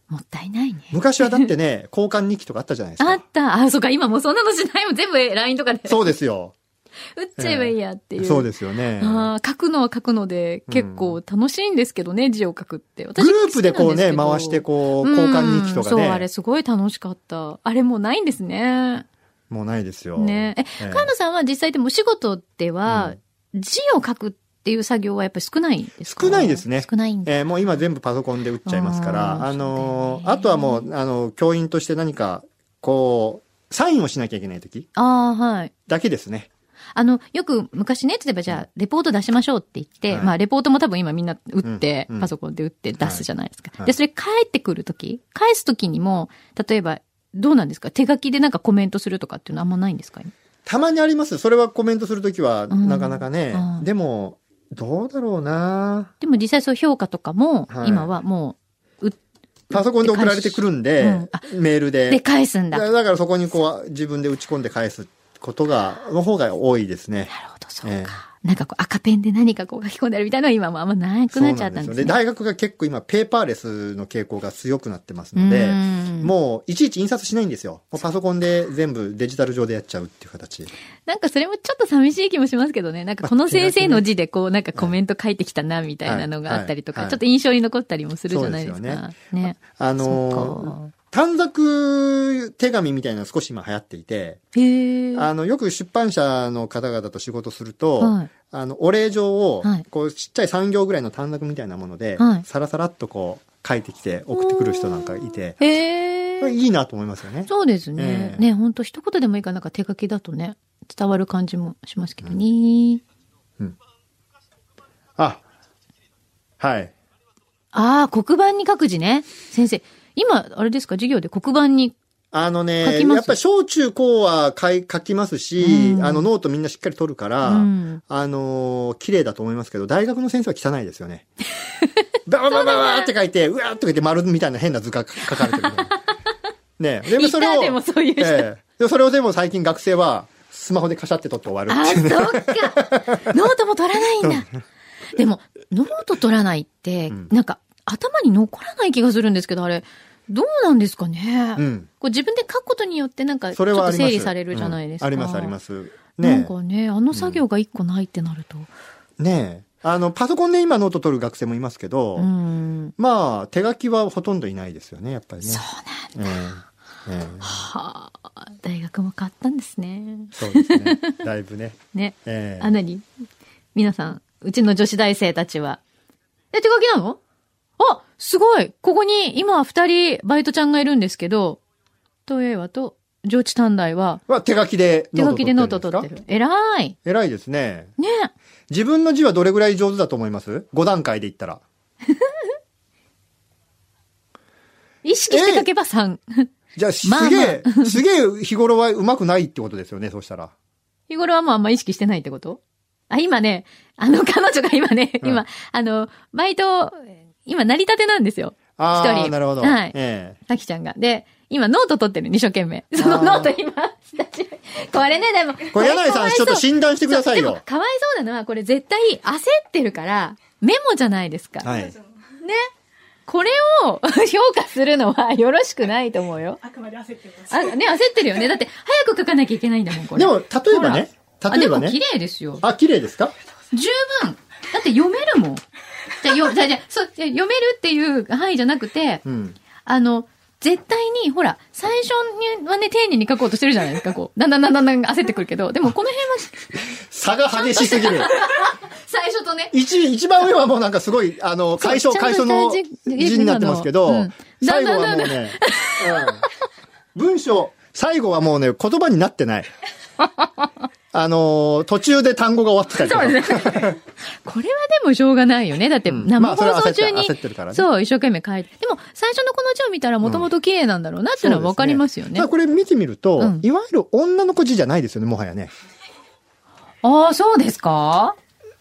[SPEAKER 2] もったいないね。
[SPEAKER 3] 昔はだっ てね、交換日記とかあったじゃないです
[SPEAKER 2] あっ
[SPEAKER 3] か。
[SPEAKER 2] た。あ、そうか、今もうそんなのしないもん。全 部 LINE とかで。
[SPEAKER 3] そうですよ。
[SPEAKER 2] 打っちゃえばいいやっていう。
[SPEAKER 3] そうですよね。
[SPEAKER 2] あー書くのは書くので、結構楽しいんですけどね、字を書くって。
[SPEAKER 3] グ
[SPEAKER 2] 私
[SPEAKER 3] ループでこうね、
[SPEAKER 2] 好きなんで
[SPEAKER 3] 回
[SPEAKER 2] す
[SPEAKER 3] し
[SPEAKER 2] け
[SPEAKER 3] て
[SPEAKER 2] ど
[SPEAKER 3] こう、交換日記とか
[SPEAKER 2] うんそう、あれ
[SPEAKER 3] ね。
[SPEAKER 2] すごい楽しかった。あれもうないんですね。
[SPEAKER 3] もうないですよ。
[SPEAKER 2] ねえ、
[SPEAKER 3] ええ
[SPEAKER 2] 菅野さんは実際でもお仕事では、字を書くっていう作業はやっぱり少ないですか
[SPEAKER 3] 少ないですね
[SPEAKER 2] 少ないんだ。
[SPEAKER 3] えーもう今全部パソコンで打っちゃいますから、
[SPEAKER 2] あ
[SPEAKER 3] あ
[SPEAKER 2] ー
[SPEAKER 3] の
[SPEAKER 2] そうだよね
[SPEAKER 3] ーあとはもう、あの、教員として何か、こう、サインをしなきゃいけない時
[SPEAKER 2] ああ、はい。
[SPEAKER 3] だけですね。
[SPEAKER 2] あの、よく昔ね、例えばじゃあ、レポート出しましょうって言って、
[SPEAKER 3] はい
[SPEAKER 2] まあ、レポートも多分今みんな打って、
[SPEAKER 3] うんうん
[SPEAKER 2] パソコンで打って出すじゃないですか。
[SPEAKER 3] はいはい
[SPEAKER 2] で、それ帰ってくるとき、返すときにも、例えば、どうなんですか手書きでなんかコメントするとかっていうのはあんまないんですか
[SPEAKER 3] たまにあります。それはコメントするときは、
[SPEAKER 2] うん
[SPEAKER 3] なかなかね。
[SPEAKER 2] うん
[SPEAKER 3] でも、どうだろうな
[SPEAKER 2] でも実際そう評価とかも、
[SPEAKER 3] はい
[SPEAKER 2] 今はも
[SPEAKER 3] パソコンで送られてくるんで、
[SPEAKER 2] うんあ
[SPEAKER 3] メール
[SPEAKER 2] う、で
[SPEAKER 3] で。
[SPEAKER 2] 返すんだ。な
[SPEAKER 3] だ
[SPEAKER 2] る
[SPEAKER 3] だからそこにこう、自分で打ち込んで返すことが、の方が多いですね。
[SPEAKER 2] ほど、そうか。
[SPEAKER 3] え
[SPEAKER 2] なんかこう赤ペンで何かこう書き込んであるみたいなのは今もあんまなくなっちゃったん
[SPEAKER 3] よ
[SPEAKER 2] ですね。
[SPEAKER 3] 大学が結構今、ペーパーレスの傾向が強くなってますので、
[SPEAKER 2] うん
[SPEAKER 3] もういちいち印刷しないんですよ。もうパソコンで全部デジタル上でやっちゃうっていう形。
[SPEAKER 2] なんかそれもちょっと寂しい気もしますけどね。なんかこの先生の字でこうなんかコメント書いてきたなみたいなのがあったりと
[SPEAKER 3] はい
[SPEAKER 2] か、
[SPEAKER 3] はい
[SPEAKER 2] ちょっと印象に残ったりもするじゃないです
[SPEAKER 3] そうで
[SPEAKER 2] か。ね。
[SPEAKER 3] あ
[SPEAKER 2] そ
[SPEAKER 3] のー、短冊手紙みたいなの少し今流行っていて、
[SPEAKER 2] へえ。
[SPEAKER 3] あの、よく出版社の方々と仕事すると、
[SPEAKER 2] はい
[SPEAKER 3] あの、お礼状を
[SPEAKER 2] はい、
[SPEAKER 3] こう、ちっちゃい3行ぐらいの短冊みたいなもので、
[SPEAKER 2] はい
[SPEAKER 3] さらさらっとこう、書いてきて送ってくる人なんかいて、
[SPEAKER 2] へ
[SPEAKER 3] こ
[SPEAKER 2] え。
[SPEAKER 3] れいいなと思いますよね。
[SPEAKER 2] そうですね
[SPEAKER 3] え。え
[SPEAKER 2] ね、ほんと一言でもいいかなんか手書きだとね、伝わる感じもしますけどね。
[SPEAKER 3] あ、はい。
[SPEAKER 2] ああ、黒板に書く字ね。先生、今、あれですか、授業で黒板に。
[SPEAKER 3] あの
[SPEAKER 2] 書
[SPEAKER 3] ね、
[SPEAKER 2] きます
[SPEAKER 3] やっぱり小中高は書い書きますし、
[SPEAKER 2] うん
[SPEAKER 3] あのノートみんなしっかり取るから、
[SPEAKER 2] うん
[SPEAKER 3] あのー綺麗だと思いますけど、大学の先生は汚いですよね。バババババーって書いて、うわーって書いて丸みたいな変な図が書かれてるの。ねえ。で
[SPEAKER 2] いたでもそういう人
[SPEAKER 3] ええでもそれをでも最近学生はスマホでカシャって取って終わる
[SPEAKER 2] あ
[SPEAKER 3] っ
[SPEAKER 2] あ、
[SPEAKER 3] てい
[SPEAKER 2] そう
[SPEAKER 3] ね。
[SPEAKER 2] っか。ノートも取らないんだ。でも、ノート取らないって、
[SPEAKER 3] ん
[SPEAKER 2] なんか、頭に残らない気がするんですけど、あれ、どうなんですかね。
[SPEAKER 3] うん
[SPEAKER 2] こう自分で書くことによって、なんか、ちょ
[SPEAKER 3] そ
[SPEAKER 2] っ
[SPEAKER 3] れはあ
[SPEAKER 2] と
[SPEAKER 3] ります。
[SPEAKER 2] 整理されるじゃないですか。
[SPEAKER 3] うんあります、あります。
[SPEAKER 2] なん
[SPEAKER 3] ね
[SPEAKER 2] かね、あの作業が一個ないってなると。
[SPEAKER 3] え。ねえ。あの、パソコンで今ノート取る学生もいますけど、
[SPEAKER 2] うん。
[SPEAKER 3] まあ、手書きはほとんどいないですよね、やっぱりね。そうなんええええ
[SPEAKER 2] はあ、大学も変わったんですね。
[SPEAKER 3] そうで すね。だいぶね。
[SPEAKER 2] ね。
[SPEAKER 3] ええ
[SPEAKER 2] あ、なに皆さん、うちの女子大生たちは。え、手書きなのあ、すごいここに、今、二人、バイトちゃんがいるんですけど、東映はと、上智短大は、
[SPEAKER 3] は手書きで
[SPEAKER 2] 手書きでノート取って
[SPEAKER 3] るんです
[SPEAKER 2] る。えらい
[SPEAKER 3] か。偉いですね。
[SPEAKER 2] ね
[SPEAKER 3] 自分の字はどれぐらい上手だと思います ?5 段階で言ったら。
[SPEAKER 2] 意識して書けば3。
[SPEAKER 3] じゃあ、す
[SPEAKER 2] まあまあ
[SPEAKER 3] げえ、 すげえ日頃は上手くないってことですよね、そうしたら。
[SPEAKER 2] 日頃はもうあんま意識してないってことあ、今ね、あの彼女が今ね、
[SPEAKER 3] うん
[SPEAKER 2] 今、あの、バイト、今成り立てなんですよ。
[SPEAKER 3] あ
[SPEAKER 2] 一
[SPEAKER 3] あ、
[SPEAKER 2] 人
[SPEAKER 3] なるほど。
[SPEAKER 2] はい
[SPEAKER 3] ええ
[SPEAKER 2] あきちゃんが。で、今ノート取ってる、一生懸命。そのノート今、 スタジオ。これね、でも。
[SPEAKER 3] これ、柳井
[SPEAKER 2] か
[SPEAKER 3] さ
[SPEAKER 2] わ
[SPEAKER 3] ん、
[SPEAKER 2] い
[SPEAKER 3] ち
[SPEAKER 2] そ
[SPEAKER 3] ょ
[SPEAKER 2] う
[SPEAKER 3] っと診断してください
[SPEAKER 2] そうで
[SPEAKER 3] よ
[SPEAKER 2] も。かわいそうなのは、これ絶対焦ってるから、メモじゃないですか。
[SPEAKER 3] はい。
[SPEAKER 2] これを 評価するのはよろしくないと思うよ。
[SPEAKER 4] あくまで焦ってます。
[SPEAKER 2] あ、ね、焦ってるよね。だって、早く書かなきゃいけないんだもん、これ。
[SPEAKER 3] でも、例えばね、例えば
[SPEAKER 2] あ、でも綺
[SPEAKER 3] ね。
[SPEAKER 2] 麗ですよ。
[SPEAKER 3] あ、綺麗ですか
[SPEAKER 2] 十分。だって読めるもん。じゃあ、よ、じゃあじゃあそう、じゃあ読めるっていう範囲じゃなくて、
[SPEAKER 3] うん。
[SPEAKER 2] あの、絶対に、ほら、最初にはね、丁寧に書こうとしてるじゃないですか、こう。だんだんだんだんだん焦ってくるけ ど、でもこの辺は
[SPEAKER 3] 差が激しすぎる。
[SPEAKER 2] 最初とね、
[SPEAKER 3] 一、一番上はもうなんかすごい、あの、解消、
[SPEAKER 2] ちゃん
[SPEAKER 3] 解
[SPEAKER 2] と
[SPEAKER 3] 消の
[SPEAKER 2] 大事
[SPEAKER 3] 字になってますけど、
[SPEAKER 2] うんだ
[SPEAKER 3] 最
[SPEAKER 2] ん
[SPEAKER 3] 後
[SPEAKER 2] だん
[SPEAKER 3] はもうね、うん文章、最後はもうね、言葉になっ てない。あのー、途中で単語が終わってたりとか。
[SPEAKER 2] これはでもしょうがないよね。だって、
[SPEAKER 3] ん
[SPEAKER 2] 生
[SPEAKER 3] まあ
[SPEAKER 2] 放
[SPEAKER 3] それは焦
[SPEAKER 2] 送
[SPEAKER 3] って
[SPEAKER 2] 中に、
[SPEAKER 3] 焦ってるからね
[SPEAKER 2] そう、一生懸命書いて。でも、最初のこの字を見たらもともと綺麗なんだろうなっていうのはわかりますよね。
[SPEAKER 3] ただこれ見てみると、
[SPEAKER 2] うん
[SPEAKER 3] いわゆる女の子字じゃないですよね、もはやね。
[SPEAKER 2] ああ、そうですか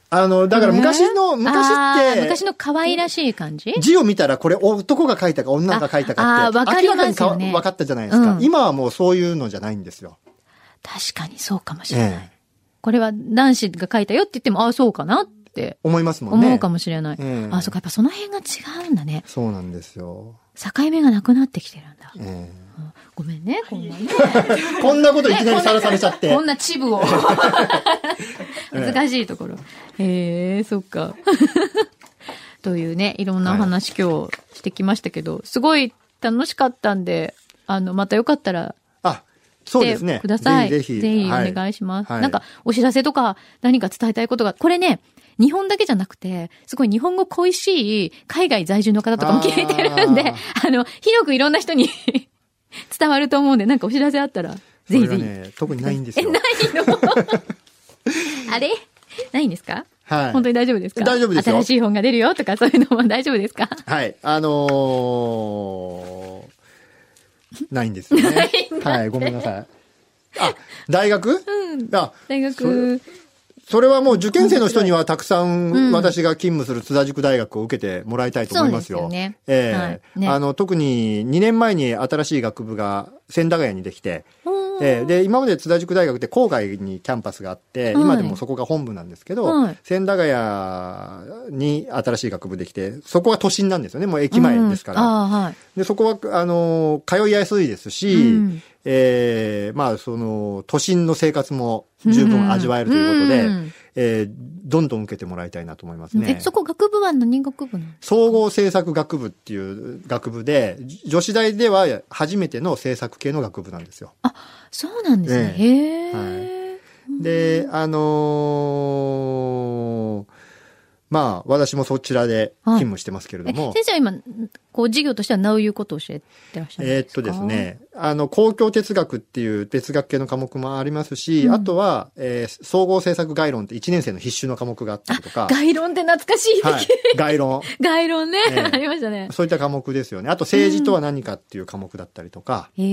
[SPEAKER 3] あの、だから昔の、
[SPEAKER 2] ね
[SPEAKER 3] 昔
[SPEAKER 2] あー
[SPEAKER 3] っ
[SPEAKER 2] 昔
[SPEAKER 3] て、
[SPEAKER 2] の可愛らしい感じ
[SPEAKER 3] 字を見たらこれ男が書いたか女が書いたか
[SPEAKER 2] あ
[SPEAKER 3] っ
[SPEAKER 2] あ
[SPEAKER 3] て、
[SPEAKER 2] ーわかり
[SPEAKER 3] 明らか
[SPEAKER 2] ま
[SPEAKER 3] に
[SPEAKER 2] すよね
[SPEAKER 3] かわかったじゃないですか、
[SPEAKER 2] うん
[SPEAKER 3] 今はもうそういうのじゃないんですよ。
[SPEAKER 2] 確かにそうかもしれない。
[SPEAKER 3] ええ、
[SPEAKER 2] これは男子が書いたよって言っても、ああ、そうかなって
[SPEAKER 3] 思いますもんね。
[SPEAKER 2] 思うかもしれない。
[SPEAKER 3] ええ
[SPEAKER 2] ああ、そうか、やっぱその辺が違うんだね。
[SPEAKER 3] そうなんですよ。
[SPEAKER 2] 境目がなくなってきてるんだ。
[SPEAKER 3] え
[SPEAKER 2] うんごめんね、こんなね。
[SPEAKER 3] えこんな こといきなりさらされちゃって
[SPEAKER 2] こん。なチ ブを。難しいところ。へえ、そっか。 というね、いろんなお話今日してきましたけど、すごい楽しかったんで、あの、またよかったら
[SPEAKER 3] あ、そう
[SPEAKER 2] 来
[SPEAKER 3] で
[SPEAKER 2] て
[SPEAKER 3] すね。
[SPEAKER 2] ください。
[SPEAKER 3] ぜひ
[SPEAKER 2] ぜ
[SPEAKER 3] ぜ
[SPEAKER 2] ひ
[SPEAKER 3] ひ。
[SPEAKER 2] お
[SPEAKER 3] はい
[SPEAKER 2] 願いします。
[SPEAKER 3] はい
[SPEAKER 2] なんか、お知らせとか何か伝えたいことが、これね、日本だけじゃなくて、すごい日本語恋しい海外在住の方とかも聞いてるんで、
[SPEAKER 3] あ
[SPEAKER 2] あの、広くいろんな人に 伝わると思うんで、なんかお知らせあったら、ぜひ
[SPEAKER 3] そ
[SPEAKER 2] ぜひ
[SPEAKER 3] れが。ね、特にないんですよ。
[SPEAKER 2] あれないんですか
[SPEAKER 3] はい。
[SPEAKER 2] 本当に大丈夫ですか
[SPEAKER 3] 大丈夫ですよ
[SPEAKER 2] 新しい本が出るよとかそういうのも大丈夫です か
[SPEAKER 3] はい。あのーないんですよね。はい。ごめんなさい。あ、大学、
[SPEAKER 2] 大
[SPEAKER 3] あ、それ
[SPEAKER 2] 学、
[SPEAKER 3] それはもう受験生の人にはたくさん私が勤務する津田塾大学を受けてもらいたいと思いますよ。
[SPEAKER 2] そうですよね
[SPEAKER 3] ええ
[SPEAKER 2] はいね
[SPEAKER 3] あの、特に2年前に新しい学部が千駄ヶ谷にできて、
[SPEAKER 2] うん
[SPEAKER 3] ええで、今まで津田塾大学って郊外にキャンパスがあって、
[SPEAKER 2] はい
[SPEAKER 3] 今でもそこが本部なんですけど、
[SPEAKER 2] はい
[SPEAKER 3] 千駄ヶ谷に新しい学部できて、そこは都心なんですよね。もう駅前ですから。
[SPEAKER 2] うんああ、はい。
[SPEAKER 3] で、そこは、あの、通いやすいですし、
[SPEAKER 2] うん
[SPEAKER 3] ええまあ、その、都心の生活も十分味わえるということで、
[SPEAKER 2] うん
[SPEAKER 3] えーどんどん受けてもらいたいなと思いますね
[SPEAKER 2] え、。そこ学部は何学部なの
[SPEAKER 3] 総合政策学部っていう学部で、じ女子大では初めての政策系の学部なんですよ。
[SPEAKER 2] そうなんですね。
[SPEAKER 3] え
[SPEAKER 2] へえ、
[SPEAKER 3] で、あのーまあ、私もそちらで勤務してますけれど
[SPEAKER 2] え
[SPEAKER 3] も、
[SPEAKER 2] 先生は今、こう、授業としてはどういうことを教えてらっしゃるん
[SPEAKER 3] え
[SPEAKER 2] で
[SPEAKER 3] ー
[SPEAKER 2] すか
[SPEAKER 3] っとです。ね、あの、公共哲学っていう哲学系の科目もありますし、あとは、えー総合政策概論って1年生の必修の科目があったりとか、
[SPEAKER 2] 概論って懐かしい、
[SPEAKER 3] はい、概論、
[SPEAKER 2] 概論ね、
[SPEAKER 3] ええ
[SPEAKER 2] ありましたね。
[SPEAKER 3] そういった科目ですよね。あと政治とは何かっていう科目だったりとか、
[SPEAKER 2] へ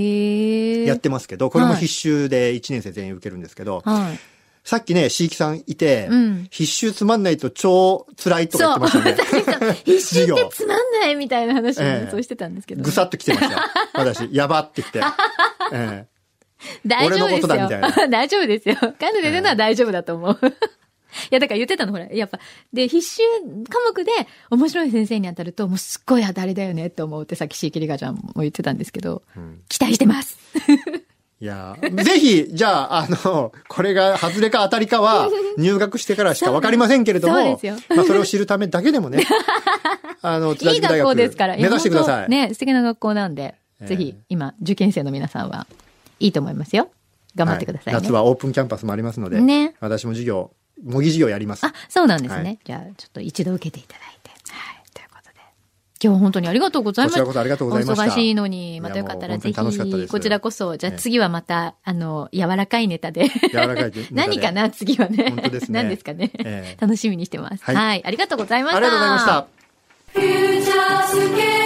[SPEAKER 2] え。
[SPEAKER 3] やってますけど、これも
[SPEAKER 2] はい
[SPEAKER 3] 必修で1年生全員受けるんですけど、
[SPEAKER 2] はい。
[SPEAKER 3] さっきね、椎木さんいて、
[SPEAKER 2] うん
[SPEAKER 3] 必修つまんないと超辛いとか言ってましたね。
[SPEAKER 2] 必死っ
[SPEAKER 3] 授
[SPEAKER 2] て
[SPEAKER 3] 業
[SPEAKER 2] つまんないみたいな話をね、
[SPEAKER 3] ええ
[SPEAKER 2] そうしてたんですけど、
[SPEAKER 3] ぐさっと来てました。私、やばってき て。ええ
[SPEAKER 2] 大丈夫ですよ。
[SPEAKER 3] 俺のことだみた
[SPEAKER 2] 大丈夫ですよ。彼女でるのは大丈夫だと思う。い や、だから言ってたの、ほら。やっぱ。で、必修科目で面白い先生に当たると、もうすっごい当たりだよねって思うってさっきシーキリガちゃんも言ってたんですけど、期待してます。
[SPEAKER 3] いやーぜひ、じゃあ、あの、これが外れか当たり かは、入学してからしかわかりませんけれど
[SPEAKER 2] そう
[SPEAKER 3] も
[SPEAKER 2] ですよ、
[SPEAKER 3] まあ、それを知るためだけ でもね、あの、津田
[SPEAKER 2] いい
[SPEAKER 3] 塾大
[SPEAKER 2] 学
[SPEAKER 3] 学
[SPEAKER 2] 校ですから。
[SPEAKER 3] 目指してくだ
[SPEAKER 2] いや
[SPEAKER 3] さ
[SPEAKER 2] 本
[SPEAKER 3] い。
[SPEAKER 2] 当ね、素敵な学校なんで、
[SPEAKER 3] ええ
[SPEAKER 2] ぜひ、今、受験生の皆さんは、いいと思いますよ。頑張ってくださいね。
[SPEAKER 3] は夏はオープンキャンパスもありますので、
[SPEAKER 2] ね
[SPEAKER 3] 私も授業、模擬授業やります
[SPEAKER 2] あ。、そうなんですね。
[SPEAKER 3] はい
[SPEAKER 2] じゃあ、ちょっと一度受けていただいて。はい。ということで。今日は本当にありがとうございました。
[SPEAKER 3] こちらこそありがとうございました
[SPEAKER 2] お忙しいのに、またよかったらぜ
[SPEAKER 3] いやもう本当に楽しかったで
[SPEAKER 2] ひ、
[SPEAKER 3] す
[SPEAKER 2] こちらこそ、じゃあ
[SPEAKER 3] ええ
[SPEAKER 2] 次はまた、あの、柔らかいネタで。
[SPEAKER 3] 柔らかいネタで
[SPEAKER 2] 何かな、次はね。
[SPEAKER 3] 本当です ね
[SPEAKER 2] 何ですかね、
[SPEAKER 3] ええ
[SPEAKER 2] 楽しみにしてます、は。
[SPEAKER 3] はいい
[SPEAKER 2] ありがとうございま
[SPEAKER 3] あ
[SPEAKER 2] した。
[SPEAKER 3] りがとうございました。
[SPEAKER 1] フューチャースケープ